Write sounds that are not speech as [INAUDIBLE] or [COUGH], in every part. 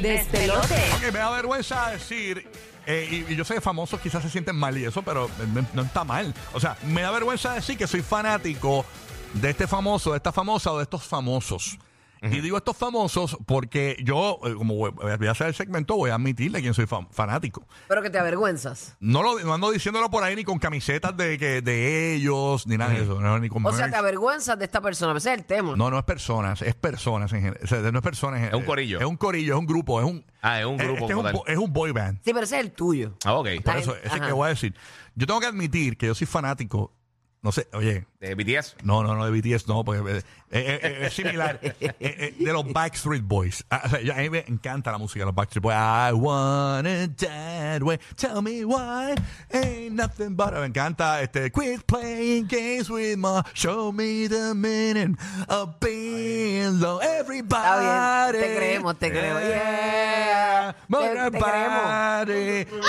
Despelote. Porque me da vergüenza decir, eh, y, y yo sé que famosos quizás se sienten mal y eso, pero eh, no está mal. O sea, me da vergüenza decir que soy fanático de este famoso, de esta famosa o de estos famosos. Y digo estos famosos porque yo, eh, como voy voy a hacer el segmento, voy a admitirle quién soy fan- fanático. Pero que te avergüenzas. No, lo, no ando diciéndolo por ahí ni con camisetas de, que, de ellos, ni nada de eso, no, ni con O sea, merch. te avergüenzas de esta persona. Ese es el tema. No, no es personas, es personas en general. O sea, no es personas en Es un corillo. Es un corillo, es un grupo, es un. Ah, es un grupo que es, como un, tal. bo- es un boy band. Sí, pero ese es el tuyo. Ah, ok. Por Está eso, bien, ese es ajá. que voy a decir. Yo tengo que admitir que yo soy fanático. No sé, oye, De [LAUGHS] BTS. no, no, no, de BTS, no, porque eh, eh, eh, [LAUGHS] es similar. Eh, eh, de los Backstreet Boys. Ah, o sea, yo- a mí me encanta la música de los Backstreet Boys. I wanna that way. Tell me why. Ain't nothing but. Me encanta este. Quit playing games with my. Show me the meaning of being low. Everybody. Está bien, te creemos, te creemos. Yeah. Te- te Everybody. [LAUGHS] Yo,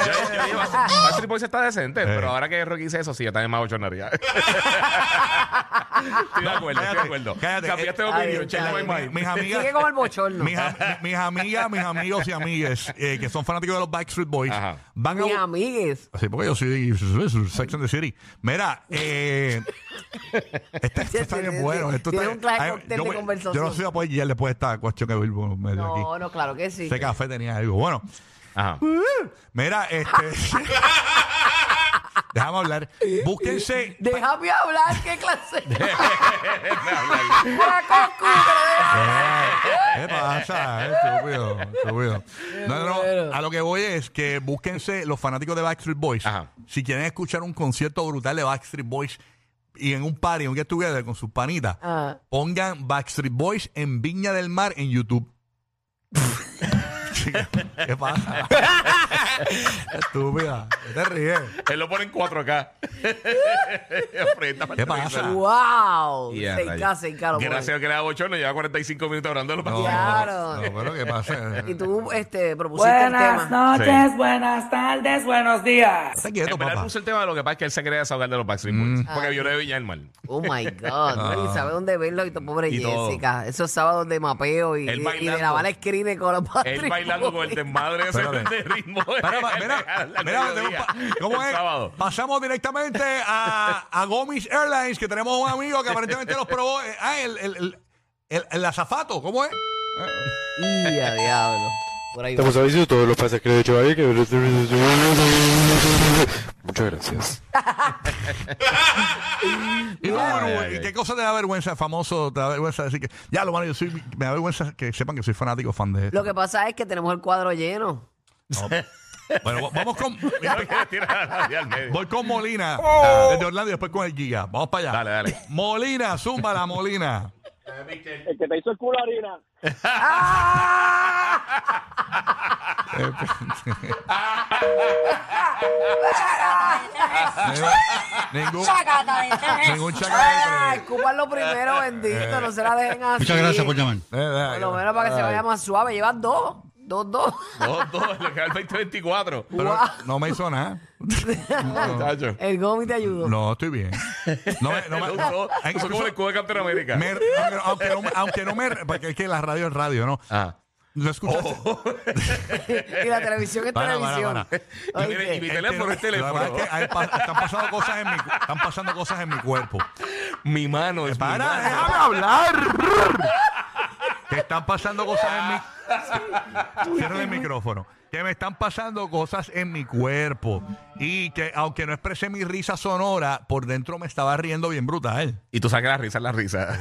Yeah. yo [LAUGHS] digo, Backstreet Boys está decente, Eh. pero ahora que Rocky dice eso, sí, yo también me hago [LAUGHS] chornaría. Estoy de acuerdo, estoy de acuerdo. cállate. Cambiaste de Está bien, opinión, está Chela, bien. bye, bye. Mis amigas. Sigue con el bochorno. Mis, am- mi- mis amigas, mis amigos y amigas eh, que son fanáticos de los Backstreet Boys Ajá. van a. Mis amigues. Sí, porque yo soy Sex and the City. Mira, eh, [LAUGHS] este- esto está bien bueno. Esto Tiene está- un clase Ay, cóctel yo de voy- conversación. Yo no sé si voy a guiar después de esta cuestión que Bilbo me dio No, aquí. no, claro que sí. Ese café tenía algo. Bueno, Ajá. mira, [LAUGHS] este. [LAUGHS] Déjame hablar. Búsquense. Déjame hablar, qué clase. Habla, ¡Ah, cocubre! ¿Qué pasa? eh? Estúpido, estúpido. No, no, no. A lo que voy es que búsquense los fanáticos de Backstreet Boys. Ajá. Si quieren escuchar un concierto brutal de Backstreet Boys y en un party, un get together con sus panitas, Ah. pongan Backstreet Boys en Viña del Mar en YouTube. [LAUGHS] Chico, ¿Qué pasa? Estúpida. ¿Qué te ríes? Él lo pone en [LAUGHS] 4K. Aprieta para ¿Qué el televisor. pasa? ¡Wow! Yeah, Seika, Ah. rayos. seika, lo Gracias que le da bochorno, lleva 45 minutos hablando de los No, Backstreet Boys. Claro. No, pero ¿qué pasa? pones. Y tú este, propusiste el Buenas tema. noches, buenas tardes, buenos días. Está quieto, En verdad papá. puso el tema, lo que pasa es que él se quería desahogar de los Backstreet Mm. Boys. Porque vio lo de Villalmal. Oh my God. ¿no? Y sabe dónde verlo y tu pobre Ah. Y todo. Jessica. Esos sábados de mapeo y, Él y- y bailando. de lavar screen con los Él Patrick bailando con Boys. el desmadre ese Espérate. de ritmo. [LAUGHS] Mira, pa- mira, Al mira, tenemos mediodía, pa- ¿cómo el es? sábado. Pasamos directamente a, a Gomis Airlines, que tenemos un amigo que aparentemente los probó. eh, ah, el, el, el, el- el azafato, ¿cómo es? Y a diablo. Por ahí va. Estamos avisando todos los pases que le he hecho a alguien que- Muchas gracias. Y, tú, Ay, Burbu, ay, ¿y ay. qué cosa te da vergüenza, famoso? ¿Te da vergüenza decir que.? Ya, lo malo, yo soy. Me da vergüenza que sepan que soy fanático, fan de. Lo que pasa es que tenemos el cuadro lleno. No. Bueno, va- vamos con. No quiere tirar a nadie al medio. Voy con Molina, desde Orlando y después con el Giga. Vamos para allá. Dale, dale. Molina, zumba la Molina. El que te hizo el culo harina. Ningún, Ningún ningún Ah, chacal. escúpanlo primero, bendito. No se la dejen así. Muchas gracias por llamar. eh, Por lo menos para que se vaya más suave. Llevan dos. Dos, dos. Dos, dos, lo que va al 2024. Pero Wow. no me hizo nada. Muchacho. El Gomi te ayudó. No, estoy bien. No me, Eh, no me, [LAUGHS] Los dos, Ay, son como el escudo de Captain América. me- aunque, no- aunque no, me- aunque no me. Porque es que la radio es radio, ¿no? Ah. ¿Lo escuchaste? Y la televisión es Para, para, televisión. para. Y mire, Oíste. y mi Es que teléfono no- es Este, la teléfono. verdad es que ah, hay pa- están, pasando cosas en mi, están pasando cosas en mi cuerpo. Mi mano es mi Para, mano. déjame hablar. que están pasando cosas en mi. Cierra el micrófono. Que me están pasando cosas en mi cuerpo. Y que aunque no expresé mi risa sonora, por dentro me estaba riendo bien brutal. Y tú sacas la risa, la risa.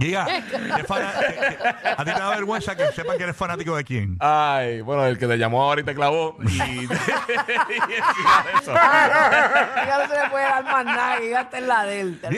Giga, ¿qué fana- qué- qué- a ti te da vergüenza que sepan que eres fanático de quién. Ay, bueno, el que te llamó ahora y te clavó. Y, [LAUGHS] y [LAUGHS] encima de eso. Ya no se le puede dar más nada. Y hasta en la delta.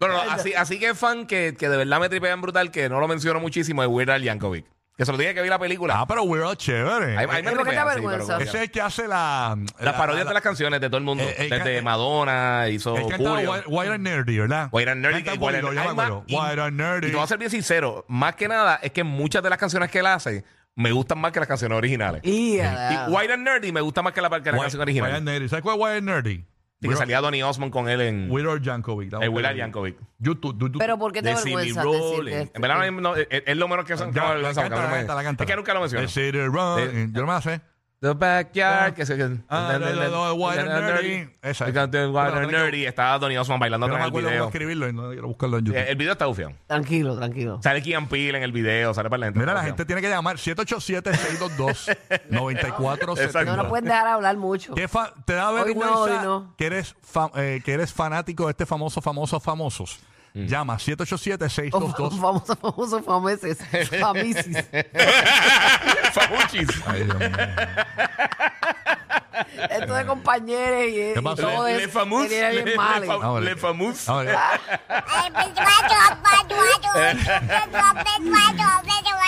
No, no, no, así, así que fan que, que de verdad me tripean brutal, que no lo menciono muchísimo, es Weird Al Yankovic. Que se lo dije que vi la película. Ah, pero we're all chévere. Ahí- ahí me ¿Por qué eh, te tripean, sí, avergüenzas? pero- Ese es el que hace la. Las parodias de las canciones de todo el mundo. Eh, eh, Desde eh, Madonna, hizo El que cantaba Oh, Julio. Wi- Wild and Nerdy, ¿verdad? White and Nerdy. Canta que- Guido, White yo me and- acuerdo. Ay, ma, White and Y Nerdy. te voy a ser bien sincero, más que nada es que muchas de las canciones que él hace me gustan más que las canciones originales. Y a la- Y White and Nerdy me gusta más que la, que la Wild- canción Wild and original. Nerdy. ¿Sabes cuál es Wild and Nerdy? Y que salía Donny Osmond con él en Will or Jankovic. en Will Al Yankovic. YouTube, Pero ¿por qué te De Silly avergüenza decir que Rolling. esto- En verdad, no, no, es, es lo menos que son. Ya, no, la no, canta, la no me- canta, la canta. Es que nunca lo menciono. The City Run. Eh, Yo no me la sé. The backyard. Que se, Ah, no, no, no, Water Nerdy. Esa es. The Water Nerdy. Estaba Donny Osmond bailando No me atrás en el acuerdo cómo video. escribirlo y no quiero buscarlo en Eh, YouTube. El video está bufión. Tranquilo, tranquilo. Sale Kian Peel en el video, sale para la gente. Mira, la Bufión. gente tiene que llamar 787-622-9470. No nos pueden dejar hablar mucho. ¿Qué fa- ¿Te da Hoy vergüenza no, hoy no. Que, eres fa- eh, que eres fanático de este famoso, famoso, famosos? Mm. Llama Oh, 787-622. famoso, famoso, fameses. Famisis. Fabuchis. Ay, Dios mío. Esto de compañeros y, y ¿Qué pasó? todo Le- Le eso. Famus. tenía bien Le- mal. Le Fam- Ahora. Le Famus. A ver, Uh,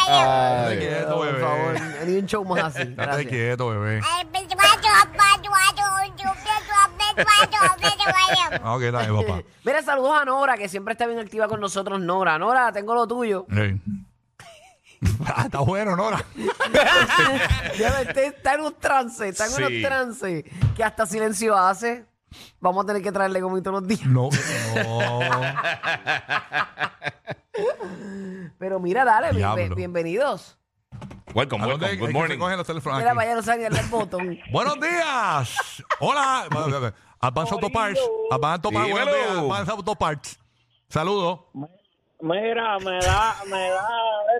Ah, Ay. quieto, Por bebé. favor, ni un show más así. Estate Gracias. quieto, bebé. Ah, Ok, dale, papá. Mira, saludos a Nora, que siempre está bien activa con nosotros. Nora, Nora, tengo lo [LAUGHS] tuyo. Ey. Ah, Está bueno, Nora. Ya me está, está en un trance, está en Sí. unos trances que hasta silencio hace. Vamos a tener que traerle comida todos los días. No, no. Pero mira, dale, bien- Diablo. bienvenidos. Welcome, ¿A dónde welcome. hay- Good hay que morning. coger los teléfonos Mira, aquí? vaya, no sabe ni darle el [LAUGHS] botón. Buenos días. Hola. Bueno, bueno, bueno. Advance Auto Parts. Advance Auto Parts. Buenos Dímelo. días. Advance Auto Parts. Saludos. Mira, me da, me da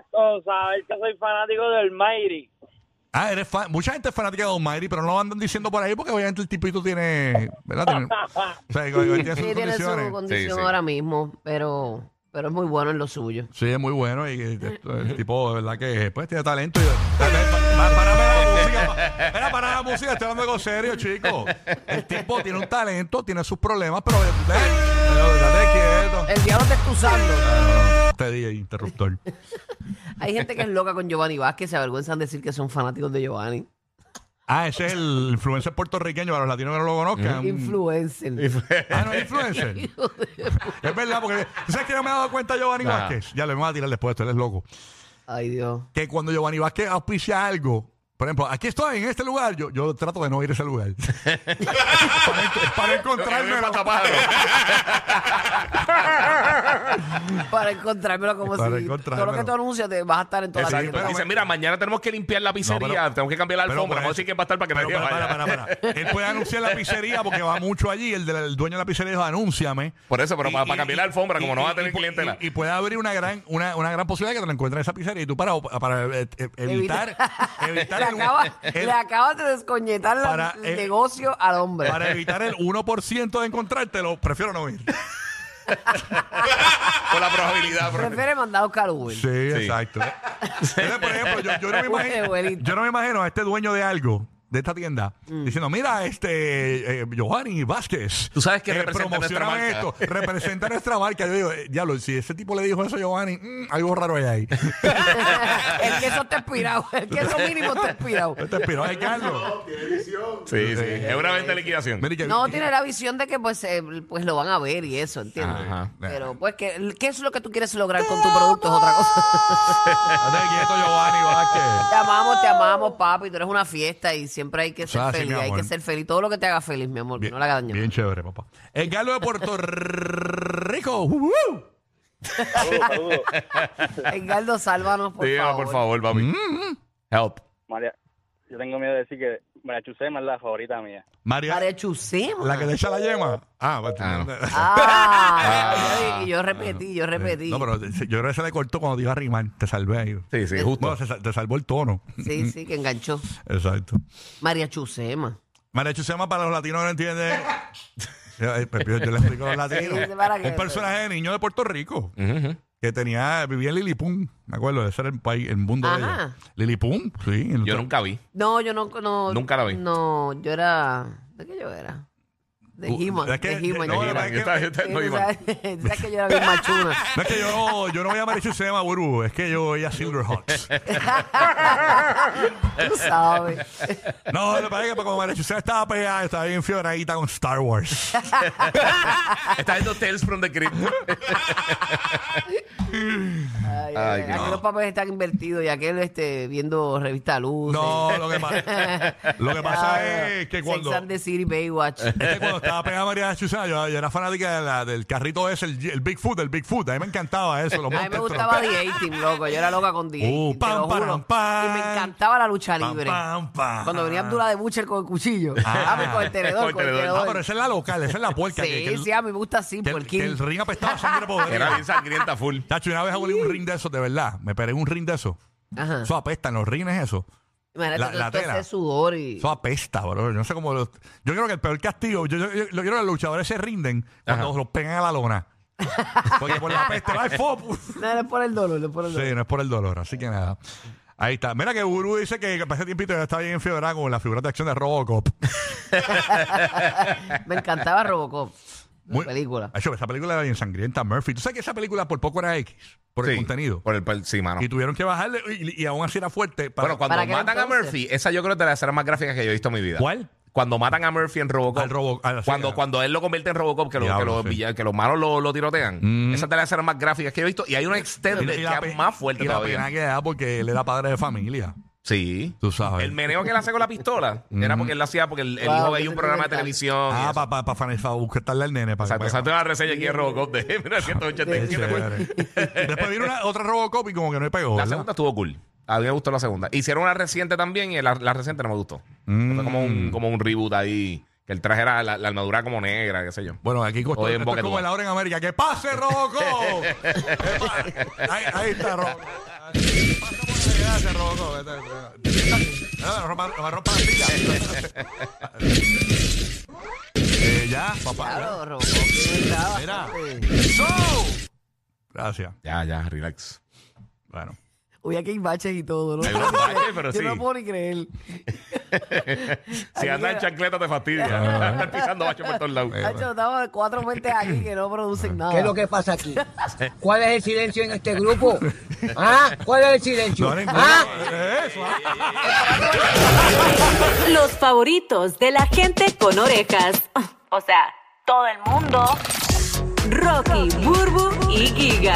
esto saber que soy fanático del Mayri. Ah, eres fan. Mucha gente es fanática de Almighty, pero no lo andan diciendo por ahí porque obviamente el tipito tiene. ¿Verdad? Tiene, o [LAUGHS] sea, que- que tiene sus Sí, tiene su condiciones. condición sí. ahora mismo, pero, pero es muy bueno en lo suyo. Sí, es muy bueno y eh, esto, el tipo, de verdad que pues tiene talento. Y, Pa- pa- parame la música, pa- mira, para la música, estoy hablando algo serio, chico. El tipo tiene un talento, tiene sus problemas, pero. eh, pero date quieto. El diablo te está usando. Ah, Te di el interruptor. Hay gente que es loca con Giovanni Vázquez, se avergüenzan de decir que son fanáticos de Giovanni. Ah, ese es el influencer puertorriqueño, para los latinos que no lo conozcan. Influencer. Ah, no, es [LAUGHS] influencer. es verdad, porque ¿tú ¿sabes que no me he dado cuenta Giovanni Ajá. Vázquez? Ya le vamos a tirar después, tú eres loco. Ay, Dios. Que cuando Giovanni Vázquez auspicia algo, por ejemplo, aquí estoy en este lugar, yo, yo trato de no ir a ese [LAUGHS] lugar. para, en- para encontrarme. Tráeme pájaro. Para encontrármelo como Para si encontrármelo. todo lo que tú anuncias te vas a estar en toda la Exacto. tienda. Dice, mira, mañana tenemos que limpiar la pizzería. tenemos que cambiar la alfombra. Vamos a decir que va a estar para que pero, nadie para, vaya. para, para, para. Él puede anunciar la pizzería porque va mucho allí. El, del- el dueño de la pizzería dijo, anúnciame. Por eso, pero Y- para, y- para cambiar la alfombra, y- como no y- vas a tener y- clientela. Y, y puede abrir una gran, una, una gran posibilidad de que te lo encuentres en esa pizzería. Y tú para, para eh, eh, evitar, evitar le, [LAUGHS] el- acabas, el- le acabas de descoñetar la- Para, el eh, negocio al hombre. para evitar el 1% de encontrártelo, prefiero no ir. Con la probabilidad. bro. Prefiere mandar a buscar Uber. Sí, [LAUGHS] exacto. Entonces, por ejemplo, yo, yo no me Bueno, imagino, abuelito. yo no me imagino a este dueño de algo, de esta tienda, diciendo, mira, este, eh, Giovanni Vázquez. Mm. eh, Tú sabes que representa nuestra promociona marca". esto, representa nuestra marca. Yo digo, eh, diablo, si ese tipo le dijo eso a Giovanni, mm, algo raro hay ahí. [LAUGHS] Pues el queso está expirado. El queso mínimo está expirado. No te espiro, ay, Carlos. Sí, sí. Es una venta de liquidación. Mira que- No tiene la visión de que pues, eh, pues lo van a ver y eso, ¿entiendes? Ajá. Pero pues, que, ¿qué es lo que tú quieres lograr con tu producto? Es otra cosa. Date quieto, Giovanni Vázquez. Te amamos, te amamos, papi. Tú eres una fiesta y siempre hay que ser sea, sí, feliz. mi hay amor. que ser feliz. Todo lo que te haga feliz, mi amor, que Bien, no le haga daño. bien chévere, papá. El Carlos de Puerto Rico. Uh, uh. Saludos, [LAUGHS] saludos. Edgardo, sálvanos, por Sí, favor. por favor, papi. Help. María, yo tengo miedo de decir que Marachusema es la favorita mía. María, Para Chusema. la que le echa la yema. Ah, bueno. Ah, Ah, y yo repetí, yo repetí. No, pero yo creo que se le cortó cuando dijo arrimar. Te salvé ahí. Sí, sí, Bueno, justo. se sal- te salvó el tono. Sí, sí, que enganchó. Exacto. María Chusema. María Chusema para los latinos que no [LAUGHS] entienden. Yo, pues, yo- yo le explico a los latinos. Sí, para que- Un personaje de niño de Puerto Rico Ujú. que tenía, vivía en Lilipum. Me acuerdo, ese era el país, el mundo de Ajá. ella. Lilipum, sí. en Yo otro- nunca vi. No, yo no, no. Nunca la vi. No, yo era. ¿De qué yo era? De Uh, He-Man. es que- De He-Man. no, yo es era. que- Yo estaba- yo estaba- Sí, no tú iba. sabes- [LAUGHS] tú sabes que yo era bien machuna. [LAUGHS] No es que yo, yo no veía a María Chusema, Buru. Es que yo veía a Silverhawks. Tú sabes. No, lo que pasa es que pues, como María Chusema estaba pegada, estaba bien fioradita con Star [LAUGHS] Wars. Está viendo Tales from [LAUGHS] the Crypt. Ay, Ay, ay, qué- aquí los papeles están invertidos y aquel este, viendo revista Luz. [LAUGHS] No, lo que pasa, lo que pasa es que cuando, Sex and the City, Baywatch. [LAUGHS] es que cuando Este estaba pegada a María Chusana, yo, yo era fanática de la- del carrito ese, el, el Bigfoot, el Bigfoot. A mí me encantaba eso. Los A mí me Monster Trucks. gustaba The A-Team, loco. Yo era loca con The Uh, A-Team, te pam, lo pam, juro. pam. Y me encantaba la lucha Pam, libre. pam, pam. Cuando venía Abdullah de Butcher con el cuchillo. Ah. Ah, pues con el tenedor, con el Ah, pero tenedor. esa es la local, esa es la puerca. Sí, que- que el- sí, a mí me gusta así, que el, que puerquín. el ring apestaba a sangre Era bien podrida. sangrienta full. Tacho, una vez abulí un ring de esos, de verdad. Me pegué un ring de esos. Ajá. Eso apesta en los rines, eso. Imagínate la- todo la todo tela. ese sudor y... Eso apesta, bro. Yo no sé cómo. los- Yo creo que el peor castigo. Yo, yo, yo, yo creo que los luchadores se rinden cuando Ajá. los pegan a la lona. Porque por la peste, ¡ay, fo! No, no es por el dolor, no es por el dolor. Sí, no es por el dolor, así que nada. Ahí está. Mira que Guru dice que para ese tiempito ya estaba bien enfiebrado con la figura de acción de Robocop. Me encantaba Robocop. [LAUGHS] La Muy- película. Acho, esa película era bien sangrienta, Murphy. ¿Tú sabes que esa película por poco era X? Por el Sí, contenido. Por el, por- sí, mano. Y tuvieron que bajarle y, y aún así era fuerte. Para, Bueno, cuando ¿Para qué matan a entonces? Murphy, esa yo creo que es de las escenas más gráficas que yo he visto en mi vida. ¿Cuál? Cuando matan a Murphy en Robocop. Al Robo- al- cuando, sí, ah. cuando él lo convierte en Robocop, que, lo- Diablo, que, los sí. vill- que los malos lo, lo tirotean. Mm. Esa es de las escenas más gráficas que yo he visto. Y hay una y- extended y la que pe- es más fuerte y la todavía. pena que da porque él era padre de familia. Sí. Tú sabes. El meneo que él hace con la pistola era porque él lo hacía porque el, el Wow, hijo qué veía un programa de sentimental. televisión. y Ah, eso. para pa, pa, fan- pa buscarle al nene. Para, Exacto, exacto, la reseña aquí en Robocop [LAUGHS] de 1987. Después vino una, otra Robocop y como que no le pegó. pues. La ¿verdad? segunda estuvo cool. A mí me gustó la segunda. Hicieron una reciente también y la, la reciente no me gustó. Fue como Mm. un, como un reboot ahí. Que el traje era la, la armadura como negra, qué sé yo. Bueno, aquí costó Oye, en esto es Boca como Tua. el ahora en América. ¡Que pase, Robocop! Que pa- ahí, ahí está, Robocop. Pasa por ahí, gracias, Robocop. Vete, vete. Nada, no rompa- no rompa la pila. Eh, ya, papá. Claro, Robocop estaba Mira. bastante- ¡So! Gracias. Ya, ya, relax. Bueno. Uy, aquí hay baches y todo, ¿no? Hay unos baches, pero Yo sí. no puedo ni creer. [LAUGHS] Si andas en chancleta te fastidia. Ah. [LAUGHS] Estás pisando bacho por todos lados. Eh, Hacho, estamos cuatro mentes aquí que no producen nada. ¿Qué es lo que pasa aquí? ¿Cuál es el silencio en este grupo? ¿Ah? ¿Cuál es el silencio? No, no, no, ¿Ah? eh, eso, ah. Los favoritos de la gente con orejas. O sea, todo el mundo. Rocky, Burbu y Giga.